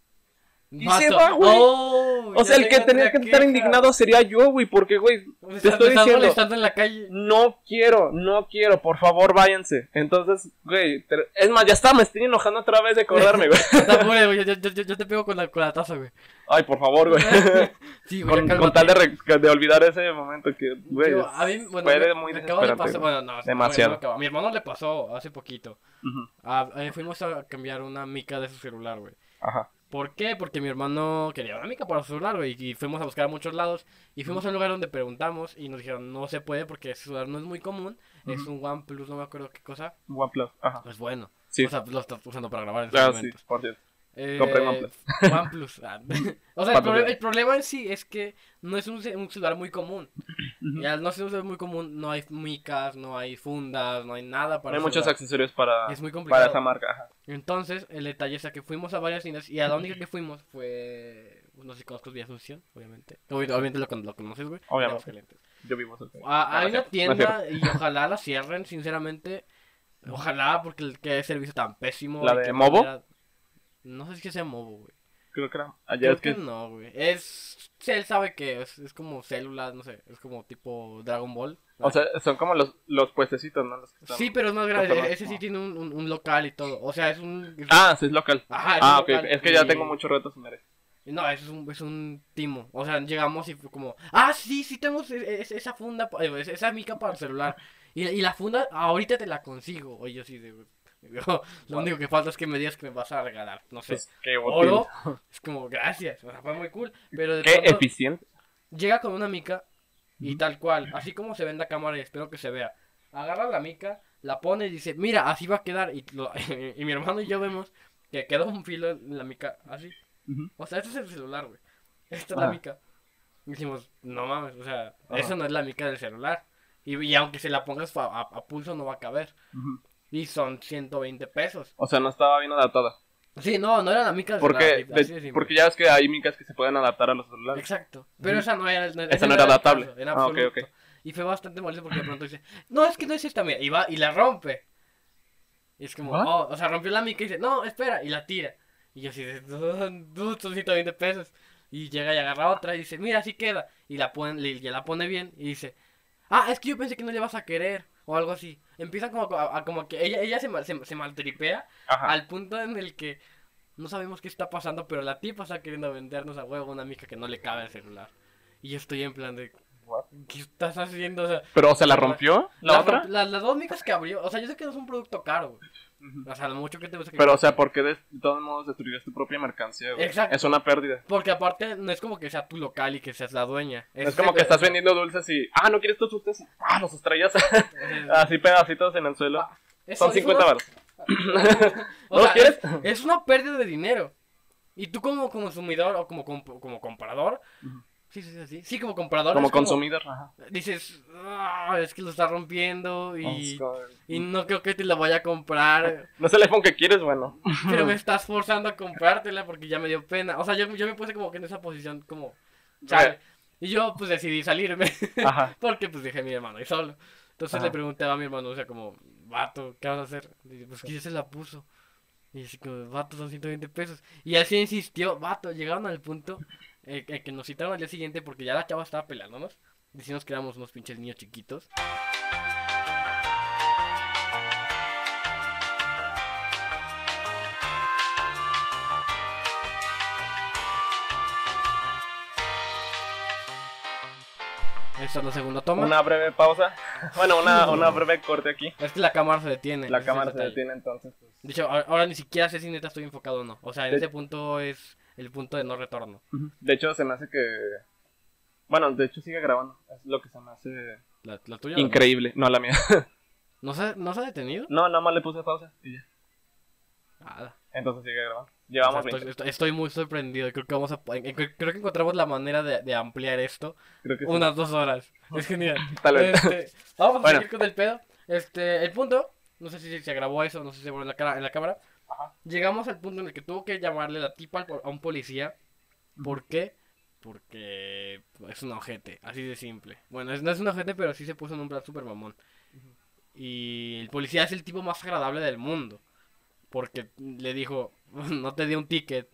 Speaker 2: Y se va, güey.
Speaker 1: No,
Speaker 2: O
Speaker 1: ya
Speaker 2: sea, el que
Speaker 1: tengo
Speaker 2: tenía que
Speaker 1: otra
Speaker 2: estar
Speaker 1: queja.
Speaker 2: indignado sería yo, güey, porque, güey,
Speaker 1: Me
Speaker 2: te
Speaker 1: estás- me
Speaker 2: estoy
Speaker 1: estás
Speaker 2: diciendo,
Speaker 1: molestando en la calle.
Speaker 2: no quiero, no quiero, por favor, váyanse. Entonces, güey, te- es más, ya está, me estoy enojando otra vez de acordarme, güey.
Speaker 1: Está pobre, güey. Yo, yo- yo- yo te pego con la, con la taza, güey.
Speaker 2: Ay, por favor, güey.
Speaker 1: Sí, güey.
Speaker 2: Con,
Speaker 1: ya cálmate.
Speaker 2: con tal de, re- de olvidar ese momento que, güey.
Speaker 1: Yo- a mí, bueno,
Speaker 2: fue
Speaker 1: me-
Speaker 2: muy
Speaker 1: me acabo de
Speaker 2: desesperante,
Speaker 1: pasar-
Speaker 2: güey.
Speaker 1: bueno, no,
Speaker 2: Demasiado.
Speaker 1: no, no acabo. A mi hermano le pasó hace poquito.
Speaker 2: Ujú,
Speaker 1: Ah, eh, fuimos a cambiar una mica de su celular, güey.
Speaker 2: Ajá.
Speaker 1: ¿Por qué? Porque mi hermano quería una mica para su celular, güey, y fuimos a buscar a muchos lados. Y fuimos a un lugar donde preguntamos y nos dijeron, no se puede porque ese celular no es muy común. Es un OnePlus, no me acuerdo qué cosa.
Speaker 2: OnePlus, ajá.
Speaker 1: Es bueno.
Speaker 2: Sí.
Speaker 1: O sea, lo estás usando para grabar en ese
Speaker 2: Ah, sí,
Speaker 1: momento.
Speaker 2: por cierto.
Speaker 1: Eh,
Speaker 2: Compré OnePlus.
Speaker 1: OnePlus. ah. o sea, el,
Speaker 2: Cuando
Speaker 1: proble-
Speaker 2: vea.
Speaker 1: el problema en sí es que no es un, ce- un celular muy común. Y al no ser un celular muy común, no hay micas, no hay fundas, no hay nada
Speaker 2: No
Speaker 1: para
Speaker 2: hay
Speaker 1: el
Speaker 2: muchos
Speaker 1: celular.
Speaker 2: accesorios para,
Speaker 1: Es muy complicado.
Speaker 2: para esa marca. ajá.
Speaker 1: Entonces, el detalle es que fuimos a varias tiendas y a la única que fuimos fue. No sé si conozco Vía Asunción, obviamente. Obvi- Obviamente lo, con- lo conoces, güey.
Speaker 2: Obviamente.
Speaker 1: Tenemos que lentes.
Speaker 2: Yo vivo cerca.
Speaker 1: Ah,
Speaker 2: No,
Speaker 1: hay
Speaker 2: no
Speaker 1: una
Speaker 2: es cierto, no es
Speaker 1: tienda y ojalá la cierren, sinceramente. Ojalá, porque el que servicio tan pésimo.
Speaker 2: ¿La
Speaker 1: y
Speaker 2: de
Speaker 1: qué
Speaker 2: Movo?
Speaker 1: manera- No sé si que sea Movo, güey.
Speaker 2: Creo que era. Allá
Speaker 1: Creo
Speaker 2: es que.
Speaker 1: que no, güey. Es. sí, Él sabe que es, es como células, no sé. Es como tipo Dragon Ball.
Speaker 2: O sea, son como los, los puestecitos, ¿no? Los que están-
Speaker 1: sí, pero es más
Speaker 2: Ojalá.
Speaker 1: grande. Ese sí tiene un, un- un local y todo. O sea, es un. es-
Speaker 2: Ah, sí, es local.
Speaker 1: Ajá, es
Speaker 2: ah,
Speaker 1: un
Speaker 2: ok.
Speaker 1: local
Speaker 2: Es que ya
Speaker 1: y-
Speaker 2: tengo muchos retos en Eres.
Speaker 1: No, eso es un, es un timo. O sea, llegamos y fue como, ah, sí, sí tenemos e- e- esa funda, pa- eh, esa mica para el celular. Y, y la funda, ahorita te la consigo. Oye, yo sí, de, yo, lo único que falta es que me digas que me vas a regalar, no sé.
Speaker 2: Pues, qué botín.
Speaker 1: Oro, es como, gracias, o sea, fue muy cool. Pero de
Speaker 2: Qué
Speaker 1: pronto
Speaker 2: eficiente.
Speaker 1: llega con una mica y tal cual, así como se ve en la cámara y espero que se vea. Agarra la mica, la pone y dice, mira, así va a quedar. Y, lo- y mi hermano y yo vemos que queda un filo en la mica así.
Speaker 2: Ujú.
Speaker 1: O sea, este es el celular, güey. Esta es
Speaker 2: Ajá.
Speaker 1: la mica. Y Dijimos, no mames, o sea,
Speaker 2: Ah. Ajá.
Speaker 1: esa no es la mica del celular. Y, y aunque se la pongas a, a- a pulso, no va a caber.
Speaker 2: Ujú.
Speaker 1: Y son 120 pesos.
Speaker 2: O sea, no estaba bien adaptada.
Speaker 1: Sí, no, no era la mica del
Speaker 2: Porque,
Speaker 1: celular. así-
Speaker 2: de-
Speaker 1: así de simple.
Speaker 2: porque ya ves que hay micas que se pueden adaptar a los celulares.
Speaker 1: Exacto. Pero esa no era.
Speaker 2: Esa
Speaker 1: ese
Speaker 2: no era
Speaker 1: el
Speaker 2: adaptable.
Speaker 1: caso, en
Speaker 2: Ah, ok,
Speaker 1: absoluto.
Speaker 2: ok.
Speaker 1: Y fue bastante molesto porque de pronto dice, no, es que no es esta mía. Y va y la rompe. Y es como,
Speaker 2: ¿What?
Speaker 1: oh, o sea, rompió la mica y dice, no, espera, y la tira. Y yo así, de, "Dude, son 120 pesos. Y llega y agarra otra y dice, mira, así queda. Y la pone, le- ya la pone bien y dice, ah, es que yo pensé que no le vas a querer. O algo así. Empieza como a, a- como que ella, ella se, mal- se, se maltripea
Speaker 2: Ajá.
Speaker 1: al punto en el que No sabemos qué está pasando, pero la tipa está queriendo vendernos a huevo una mica que no le cabe el celular. Y yo estoy en plan de.
Speaker 2: What?
Speaker 1: ¿Qué estás haciendo? O sea,
Speaker 2: Pero, ¿se la rompió la,
Speaker 1: las
Speaker 2: otra?
Speaker 1: rom- Las, las dos micas que abrió. O sea, yo sé que no es un producto caro. güey. O sea, lo mucho que te gusta que.
Speaker 2: Pero, o sea, ¿por qué de de todos modos destruyes tu propia mercancía, güey?
Speaker 1: Exacto.
Speaker 2: Es una pérdida.
Speaker 1: Porque aparte, no es como que sea tu local y que seas la dueña.
Speaker 2: es como que estás vendiendo dulces y... Ah, ¿no quieres tus dulces? Ah, los estrellas así pedacitos en el suelo. Son 50
Speaker 1: baros.
Speaker 2: baros. ¿No los quieres?
Speaker 1: Es, una pérdida de dinero. Y tú, como consumidor o como, comp- como comprador. Sí, sí, sí, sí. Sí, como comprador.
Speaker 2: Como
Speaker 1: es como-
Speaker 2: consumidor. Ajá.
Speaker 1: Dices, "Ah, es que lo está rompiendo y,
Speaker 2: Oscar.
Speaker 1: y no creo que te la vaya a comprar.
Speaker 2: No es el iPhone que quieres, bueno.
Speaker 1: Pero me estás forzando a comprártela porque ya me dio pena. O sea, yo, yo me puse como que en esa posición como... chale. Y yo pues decidí salirme.
Speaker 2: Ajá.
Speaker 1: porque pues dejé a mi hermano ahí solo. Entonces
Speaker 2: Ajá.
Speaker 1: le preguntaba a mi hermano, o sea, como, vato, ¿qué vas a hacer? Y dice, pues que yo se la puso. Y así como, vato, son 120 pesos. Y así insistió, vato, llegaron al punto eh, que- que nos citaron al día siguiente porque ya la chava estaba pelándonos. Diciéndonos que éramos unos pinches niños chiquitos. Esta es la segunda toma.
Speaker 2: Una breve pausa. Bueno, una, una breve corte aquí.
Speaker 1: Es que la cámara se detiene.
Speaker 2: La
Speaker 1: ese es el
Speaker 2: cámara se
Speaker 1: detalle.
Speaker 2: detiene entonces. pues.
Speaker 1: De hecho, ahora, ahora ni siquiera sé si neta estoy enfocado o no. O sea, en
Speaker 2: De-
Speaker 1: ese punto es el punto de no retorno.
Speaker 2: De hecho, se me hace que... Bueno, de hecho sigue grabando. Es lo que se me hace...
Speaker 1: ¿La, la tuya?
Speaker 2: Increíble. No, la mía.
Speaker 1: ¿No se, ¿No se ha detenido?
Speaker 2: No, nada más le puse pausa y ya.
Speaker 1: Nada.
Speaker 2: Entonces sigue grabando.
Speaker 1: O sea,
Speaker 2: Llevamos
Speaker 1: estoy,
Speaker 2: 20.
Speaker 1: estoy- estoy muy sorprendido. y Creo que, vamos a, en- en- creo que encontramos la manera de, de ampliar esto.
Speaker 2: Creo que sí.
Speaker 1: Unas dos horas. Es genial.
Speaker 2: Tal vez.
Speaker 1: Este, vamos a
Speaker 2: Bueno.
Speaker 1: seguir con el pedo. Este, el punto, no sé si se grabó eso, no sé si se grabó en la, cara- en la cámara. Llegamos al punto en el que tuvo que llamarle la tipa al po- a un policía. ¿Por qué? Porque es un ojete, así de simple. Bueno, es- no es un ojete, pero sí se puso en un plan super mamón. Y el policía es el tipo más agradable del mundo. Porque le dijo, no te di un ticket.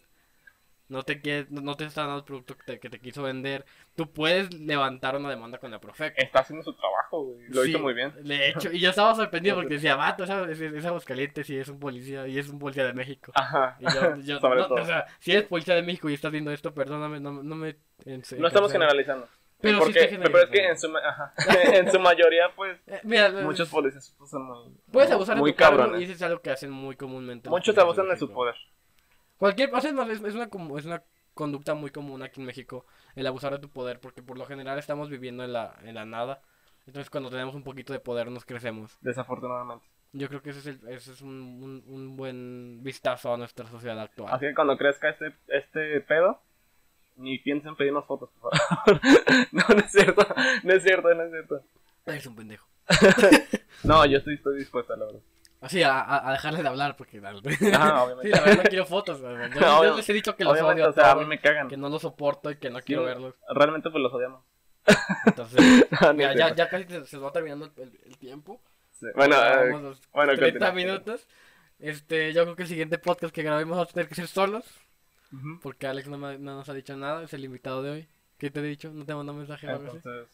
Speaker 1: No te, quie- no te está dando el producto que te, que te quiso vender. Tú puedes levantar una demanda con la Profeco.
Speaker 2: Está haciendo su trabajo, güey. Eh, Lo
Speaker 1: Sí,
Speaker 2: hizo muy bien.
Speaker 1: De hecho, y yo estaba sorprendido porque decía, vato, esa, es, es Aguascalientes y es un policía, y es un policía de México.
Speaker 2: Ajá.
Speaker 1: Y yo, yo-
Speaker 2: Sobre
Speaker 1: no,
Speaker 2: todo.
Speaker 1: o sea, si eres policía de México y estás viendo esto, perdóname, no, no me... en-
Speaker 2: No estamos
Speaker 1: en-
Speaker 2: generalizando.
Speaker 1: Pero sí
Speaker 2: Porque-
Speaker 1: estoy
Speaker 2: pero es que
Speaker 1: generalizando.
Speaker 2: en su, ma- ajá. en su mayoría, pues,
Speaker 1: Eh, mira, lo-
Speaker 2: muchos policías pues, son muy,
Speaker 1: puedes abusar de
Speaker 2: muy
Speaker 1: tu cargo
Speaker 2: cabrones.
Speaker 1: y eso es algo que hacen muy comúnmente. los
Speaker 2: Muchos
Speaker 1: policías
Speaker 2: abusan de su
Speaker 1: México.
Speaker 2: poder.
Speaker 1: Cualquier, o sea, es más, es, es una, como- es una conducta muy común aquí en México, el abusar de tu poder, porque por lo general estamos viviendo en la, en la nada. Entonces cuando tenemos un poquito de poder nos crecemos.
Speaker 2: Desafortunadamente.
Speaker 1: Yo creo que ese es, el- ese es un, un- un buen vistazo a nuestra sociedad actual.
Speaker 2: Así que cuando crezca este, este pedo, ni piensen pedirnos fotos, por favor. no, no es cierto. No es cierto, no es cierto.
Speaker 1: Eres un pendejo.
Speaker 2: No, yo estoy, estoy dispuesta, la verdad.
Speaker 1: Así, a, a- a dejarles de hablar, porque...
Speaker 2: Ah,
Speaker 1: Sí,
Speaker 2: obviamente.
Speaker 1: la verdad no quiero fotos. la verdad. Yo,
Speaker 2: No,
Speaker 1: yo
Speaker 2: obvio-
Speaker 1: les he dicho que los
Speaker 2: obviamente,
Speaker 1: odio a
Speaker 2: o sea, a
Speaker 1: todos,
Speaker 2: mí me cagan.
Speaker 1: que no los soporto y que no quiero verlos.
Speaker 2: Realmente, pues los odiamos.
Speaker 1: Entonces,
Speaker 2: No, no es
Speaker 1: mira, ya,
Speaker 2: cierto.
Speaker 1: ya casi se, se nos va terminando el, el- el tiempo.
Speaker 2: Sí. Bueno,
Speaker 1: Ya
Speaker 2: eh,
Speaker 1: llevamos los
Speaker 2: bueno,
Speaker 1: 30
Speaker 2: continúa.
Speaker 1: minutos. Este, yo creo que el siguiente podcast que grabemos va a tener que ser solos,
Speaker 2: Ujú.
Speaker 1: porque Alex no, me- no nos ha dicho nada, es el invitado de hoy. ¿Qué te he dicho? ¿No te mandó mensaje o algo así?
Speaker 2: Entonces,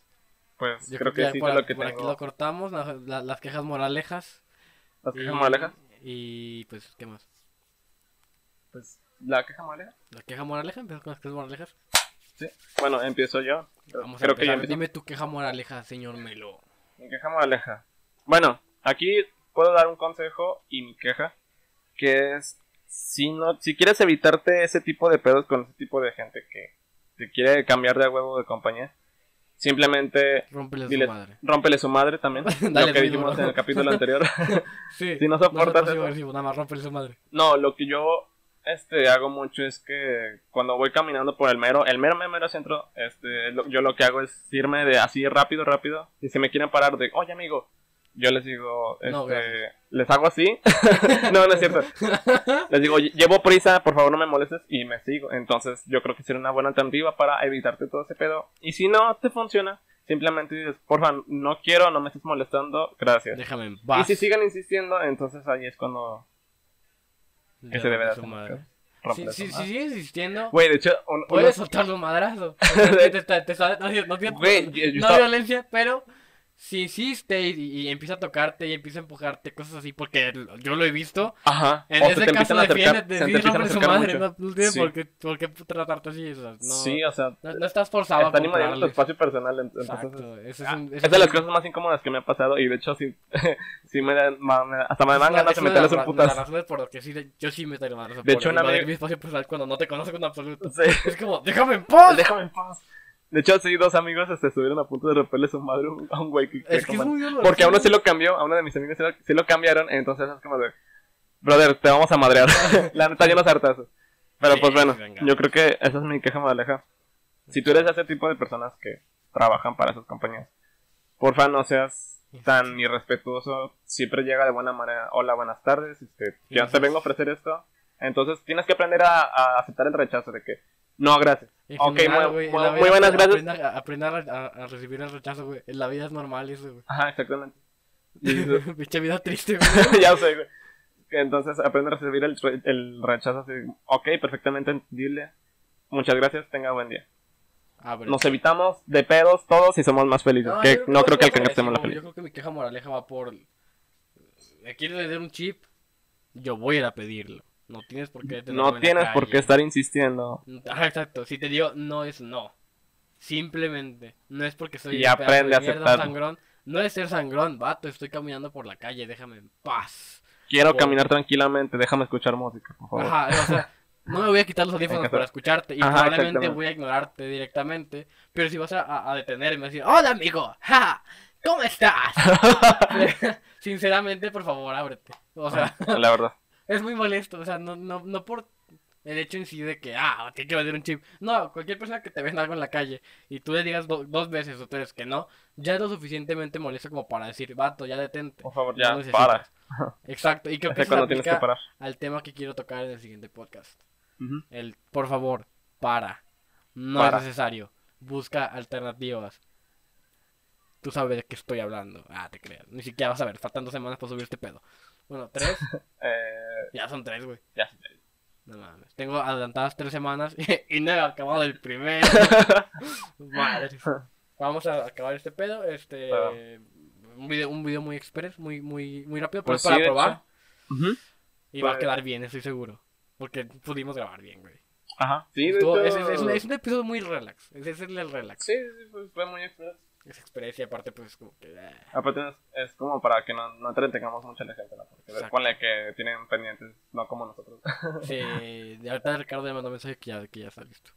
Speaker 2: pues
Speaker 1: Yo
Speaker 2: creo que, sí
Speaker 1: por,
Speaker 2: es
Speaker 1: a-
Speaker 2: lo que
Speaker 1: por aquí
Speaker 2: tengo.
Speaker 1: lo cortamos, la- la- las quejas moralejas.
Speaker 2: ¿Las quejas
Speaker 1: y-
Speaker 2: moralejas?
Speaker 1: Y pues, ¿qué más?
Speaker 2: Pues, ¿la queja moraleja?
Speaker 1: ¿La queja moraleja? ¿Empezamos con las quejas moralejas?
Speaker 2: Sí. Bueno, empiezo yo.
Speaker 1: Vamos
Speaker 2: creo
Speaker 1: a
Speaker 2: que
Speaker 1: empezar.
Speaker 2: yo empiezo.
Speaker 1: Dime tu queja moraleja, señor Melo.
Speaker 2: Mi queja me aleja. Bueno, aquí puedo dar un consejo y mi queja, que es si no, si quieres evitarte ese tipo de pedos con ese tipo de gente que te quiere cambiar de huevo de compañía, simplemente
Speaker 1: Rómpele
Speaker 2: Dile-
Speaker 1: su madre.
Speaker 2: rómpele su madre también,
Speaker 1: Dale
Speaker 2: lo que
Speaker 1: muy
Speaker 2: dijimos
Speaker 1: duro.
Speaker 2: en el capítulo anterior.
Speaker 1: Sí.
Speaker 2: si no soportas
Speaker 1: No,
Speaker 2: eso.
Speaker 1: nada más rómpele su madre.
Speaker 2: No, lo que yo este hago mucho es que cuando voy caminando por el mero, el mero mero, mero centro, este lo- yo lo que hago es irme de así rápido, rápido. Y si me quieren parar de, oye amigo, yo les digo, este,
Speaker 1: No, gracias.
Speaker 2: les hago así. no, no es cierto. Les digo, "Oye, llevo prisa, por favor no me molestes y me sigo. Entonces yo creo que sería una buena alternativa para evitarte todo ese pedo. Y si no te funciona, simplemente dices, porfa, no quiero, no me estés molestando, gracias.
Speaker 1: Déjame en
Speaker 2: Y
Speaker 1: paz.
Speaker 2: si siguen insistiendo, entonces ahí es cuando
Speaker 1: Le
Speaker 2: que se debe de
Speaker 1: rompe
Speaker 2: hacer.
Speaker 1: su madre. Si,
Speaker 2: Rompe pues
Speaker 1: si,
Speaker 2: la
Speaker 1: si
Speaker 2: madre.
Speaker 1: sigues insistiendo,
Speaker 2: Güey, de hecho, un-
Speaker 1: puedes
Speaker 2: unos-
Speaker 1: soltarle un madrazo. O sea, te está- te está- no, no, no,
Speaker 2: Güey, yo- yo
Speaker 1: no
Speaker 2: estaba-
Speaker 1: violencia, pero si insiste y, y empieza a tocarte y empieza a empujarte, cosas así, porque l- yo lo he visto.
Speaker 2: Ajá.
Speaker 1: En
Speaker 2: o se
Speaker 1: ese
Speaker 2: te
Speaker 1: caso,
Speaker 2: empiezan a acercar.
Speaker 1: defiéndete,
Speaker 2: se te
Speaker 1: sí,
Speaker 2: empiezan a
Speaker 1: rompe su
Speaker 2: acercar
Speaker 1: madre,
Speaker 2: mucho.
Speaker 1: no, no tiene
Speaker 2: Sí.
Speaker 1: por, qué, por qué tratarte así. o sea, no,
Speaker 2: Sí, o sea,
Speaker 1: no, no estás forzado a
Speaker 2: están invadiendo tu
Speaker 1: comprarles.
Speaker 2: espacio personal. ent- Entonces,
Speaker 1: Exacto, ese es
Speaker 2: Ah,
Speaker 1: un- ese
Speaker 2: es de
Speaker 1: es
Speaker 2: las
Speaker 1: un-
Speaker 2: cosas más incómodas que me ha pasado y de hecho sí, sí me dan, ma- me- hasta me
Speaker 1: es
Speaker 2: dan
Speaker 1: una-
Speaker 2: ganas
Speaker 1: es
Speaker 2: de
Speaker 1: una las
Speaker 2: meterles un
Speaker 1: ra- las
Speaker 2: putazo.
Speaker 1: razones por las que sí, le- yo sí me estaría las razones
Speaker 2: De
Speaker 1: por
Speaker 2: hecho, una
Speaker 1: invadir
Speaker 2: vez-
Speaker 1: mi espacio personal cuando no te conozco en absoluto.
Speaker 2: Sí.
Speaker 1: Es como, déjame en paz.
Speaker 2: Déjame en paz. De hecho, sí, dos amigos se estuvieron a punto de romperle su madre a un güey que...
Speaker 1: Es que es
Speaker 2: como-
Speaker 1: muy doloroso.
Speaker 2: Porque a uno sí lo cambió, a uno de mis amigos sí lo, sí lo cambiaron, entonces es como de... Brother, te vamos a madrear. La neta, yo los hartazos. Pero
Speaker 1: Sí,
Speaker 2: pues bueno,
Speaker 1: venga.
Speaker 2: yo creo que esa es mi queja, Madaleja. Si tú eres ese tipo de personas que trabajan para esas compañías, porfa no seas tan irrespetuoso. Siempre llega de buena manera. Hola, buenas tardes. Este, ya te
Speaker 1: Gracias.
Speaker 2: vengo a ofrecer esto. Entonces tienes que aprender a, a aceptar el rechazo de que no, gracias.
Speaker 1: En
Speaker 2: Ok,
Speaker 1: general,
Speaker 2: muy-
Speaker 1: güey, en
Speaker 2: muy-
Speaker 1: la vida
Speaker 2: muy buenas
Speaker 1: aprende- aprende a, aprende a- a- a recibir el rechazo, güey. En la vida es normal eso, güey.
Speaker 2: Ajá, exactamente. Y-
Speaker 1: Pinche vida triste, güey.
Speaker 2: ya sé, güey. Entonces aprende a recibir el, re- el rechazo así. Ok, perfectamente entendible. Muchas gracias, tenga buen día.
Speaker 1: Abre.
Speaker 2: Nos evitamos de pedos todos y somos más felices.
Speaker 1: Ah, yo
Speaker 2: que no creo que
Speaker 1: es
Speaker 2: alcancemos
Speaker 1: agresivo, Yo
Speaker 2: la felicidad.
Speaker 1: creo que mi queja moraleja va por. ¿Me quieres vender un chip? Yo voy a ir a pedirlo. No tienes por qué tenerlo en
Speaker 2: No
Speaker 1: la
Speaker 2: tienes por qué
Speaker 1: calle.
Speaker 2: estar insistiendo.
Speaker 1: Ajá, exacto. Si te digo no es no. Simplemente. No es porque soy
Speaker 2: Y
Speaker 1: un pedazo de
Speaker 2: aprende a
Speaker 1: mierda, un
Speaker 2: aceptarlo.
Speaker 1: sangrón. No es ser sangrón, vato. Estoy caminando por la calle. Déjame en paz.
Speaker 2: Quiero
Speaker 1: Por-
Speaker 2: caminar tranquilamente, déjame escuchar música, por favor.
Speaker 1: Ajá, o sea, no me voy a quitar los audífonos
Speaker 2: hacer-
Speaker 1: para escucharte. Y
Speaker 2: Ajá,
Speaker 1: probablemente
Speaker 2: exactamente.
Speaker 1: voy a ignorarte directamente. Pero si vas a, a- a detenerme y decir, hola amigo, ja, ¿cómo estás? Sinceramente, por favor, ábrete. O sea,
Speaker 2: La verdad.
Speaker 1: es muy molesto. O sea, no, no, no por el hecho en sí de que, ah, te quiero vender un chip. No, cualquier persona que te venda algo en la calle y tú le digas do- dos veces o tres que no, ya es lo suficientemente molesto como para decir, vato, ya detente.
Speaker 2: Por favor,
Speaker 1: no
Speaker 2: ya,
Speaker 1: necesitas".
Speaker 2: para.
Speaker 1: Exacto, y creo que
Speaker 2: Sé
Speaker 1: eso se
Speaker 2: cuándo tienes que
Speaker 1: aplica
Speaker 2: parar.
Speaker 1: al tema que quiero tocar en el siguiente podcast.
Speaker 2: Ujú.
Speaker 1: El, por favor, para. No
Speaker 2: Para.
Speaker 1: es necesario. Busca alternativas. Tú sabes de qué estoy hablando. Ah, te creas. Ni siquiera vas a ver. Faltan dos semanas para subir este pedo. Bueno, tres.
Speaker 2: Eh,
Speaker 1: ya son tres, güey.
Speaker 2: ya.
Speaker 1: No mames. Tengo adelantadas tres semanas y no he acabado el primero. Madre. Vamos a acabar este pedo. Este.
Speaker 2: Ah.
Speaker 1: Un, video, un video muy express, muy, muy, muy rápido, pero
Speaker 2: Pues
Speaker 1: es
Speaker 2: sí,
Speaker 1: para
Speaker 2: de hecho.
Speaker 1: probar.
Speaker 2: Ujú.
Speaker 1: Y va a
Speaker 2: Pues-
Speaker 1: quedar bien, estoy seguro. Porque pudimos grabar bien, güey.
Speaker 2: Ajá. Sí, de
Speaker 1: Estuvo-
Speaker 2: hecho-
Speaker 1: es, es- es un- es un episodio muy relax. Es, es el relax.
Speaker 2: Sí, sí, pues, fue muy express.
Speaker 1: Es experiencia, aparte, pues como que. eh,
Speaker 2: Aparte es, es como para que no, no entretengamos mucho a la gente, ¿no? Porque
Speaker 1: Exacto.
Speaker 2: ponle que tienen pendientes, no como nosotros.
Speaker 1: sí, de ahorita Ricardo le mandó mensaje que ya, que ya está listo.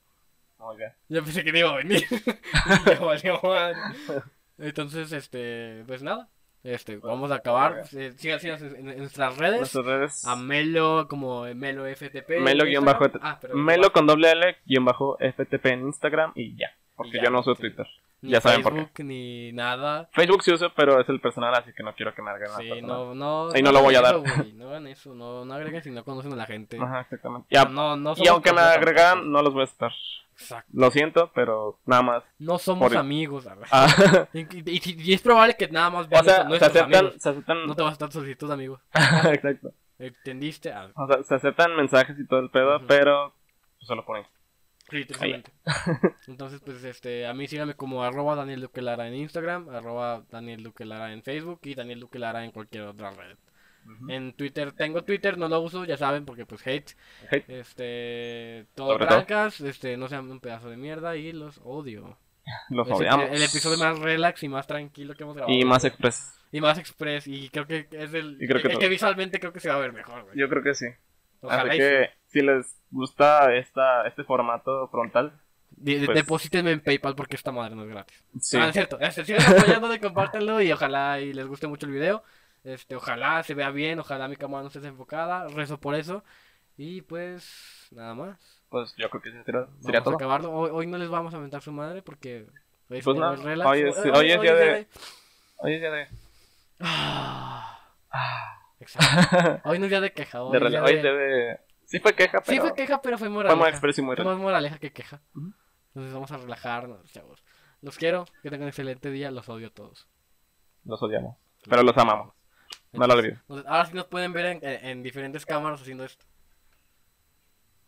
Speaker 2: Muy bien.
Speaker 1: Yo pensé que no iba a venir. Y ya valió madre. Entonces, este, pues nada. Este,
Speaker 2: Bueno,
Speaker 1: vamos a acabar. Eh, Sigan, sigan en, en- en nuestras redes.
Speaker 2: Nuestras redes.
Speaker 1: A Melo, como Melo FTP. en
Speaker 2: Melo guión bajo-
Speaker 1: Instagram. Ah, pero-
Speaker 2: Melo con doble L y en bajo FTP en Instagram y ya. Porque
Speaker 1: Y ya,
Speaker 2: yo no uso
Speaker 1: sí.
Speaker 2: Twitter.
Speaker 1: Ni
Speaker 2: ya saben por qué.
Speaker 1: Facebook, ni nada.
Speaker 2: Facebook sí uso, pero es el personal, así que no quiero que me hagan
Speaker 1: Sí, no, no.
Speaker 2: Ahí no lo voy a
Speaker 1: hagan
Speaker 2: dar.
Speaker 1: eso, güey, no hagan eso, no, no agreguen si no conocen a la gente.
Speaker 2: Ajá, exactamente. Y, a-
Speaker 1: no, no
Speaker 2: y aunque me
Speaker 1: amigos
Speaker 2: agregaran,
Speaker 1: tampoco.
Speaker 2: no los voy a estar.
Speaker 1: Exacto.
Speaker 2: Lo siento, pero nada más.
Speaker 1: No somos
Speaker 2: Por-
Speaker 1: amigos, la verdad.
Speaker 2: Ah,
Speaker 1: Y, y- y- y es probable que nada más
Speaker 2: o
Speaker 1: vean
Speaker 2: sea, se
Speaker 1: nuestros
Speaker 2: aceptan.
Speaker 1: amigos.
Speaker 2: Se aceptan
Speaker 1: No te vas a estar solicitud, amigo.
Speaker 2: exacto.
Speaker 1: ¿Entendiste? Ah,
Speaker 2: O sea, se aceptan mensajes y todo el pedo,
Speaker 1: Ujú.
Speaker 2: pero solo por ahí.
Speaker 1: sí, tristemente. Entonces, pues, este, a mí síganme como arroba Daniel Duque Lara en Instagram, arroba Daniel Duque Lara en Facebook y Daniel Duque Lara en cualquier otra red. En Twitter, tengo Twitter, no lo uso, ya saben, porque pues hate.
Speaker 2: Hate.
Speaker 1: Este, todo
Speaker 2: Sobre todo.
Speaker 1: trancas, este, no sean un pedazo de mierda y los odio.
Speaker 2: Los
Speaker 1: Es el-
Speaker 2: odiamos.
Speaker 1: El, episodio más relax y más tranquilo que hemos grabado.
Speaker 2: Y más express.
Speaker 1: Y más express. Y creo que es el,
Speaker 2: Y creo que
Speaker 1: el
Speaker 2: todo.
Speaker 1: que visualmente creo que se va a ver mejor, güey.
Speaker 2: Yo creo que sí.
Speaker 1: Ojalá
Speaker 2: así
Speaker 1: y
Speaker 2: que si les gusta esta, este formato frontal,
Speaker 1: sí. De- de-
Speaker 2: pues-
Speaker 1: Deposítenme en PayPal porque esta madre no es gratis.
Speaker 2: sí.
Speaker 1: Ah, es cierto. Este, sigan apoyándome, compártanlo y ojalá y les guste mucho el video. Este, ojalá se vea bien, ojalá mi cámara no esté desenfocada. Rezo por eso. Y pues, nada más.
Speaker 2: Pues yo creo que ese sería,
Speaker 1: Vamos
Speaker 2: sería
Speaker 1: a
Speaker 2: todo.
Speaker 1: acabarlo. Hoy, hoy no les vamos a mentar su madre porque hoy es
Speaker 2: Pues nada,
Speaker 1: el relax.
Speaker 2: hoy es- hoy es día de- Oye, ya de.
Speaker 1: Ah,
Speaker 2: Ah,
Speaker 1: exacto. Hoy no es día de queja. Hoy
Speaker 2: de
Speaker 1: es día
Speaker 2: rela-
Speaker 1: de-
Speaker 2: oye, de- de- Sí fue queja, pero.
Speaker 1: Sí fue queja, pero fue
Speaker 2: fue
Speaker 1: moraleja.
Speaker 2: muy express y muy
Speaker 1: Fue
Speaker 2: real.
Speaker 1: más moraleja que queja.
Speaker 2: Ujú.
Speaker 1: Entonces vamos a relajarnos, chavos. Los quiero, que tengan un excelente día, los odio a todos.
Speaker 2: Los odiamos. Pero los amamos. No lo
Speaker 1: Entonces,
Speaker 2: olviden.
Speaker 1: entonces, ahora sí nos pueden ver en, en- en diferentes cámaras haciendo esto.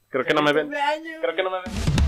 Speaker 2: Creo que no me ven. Creo que no me ven.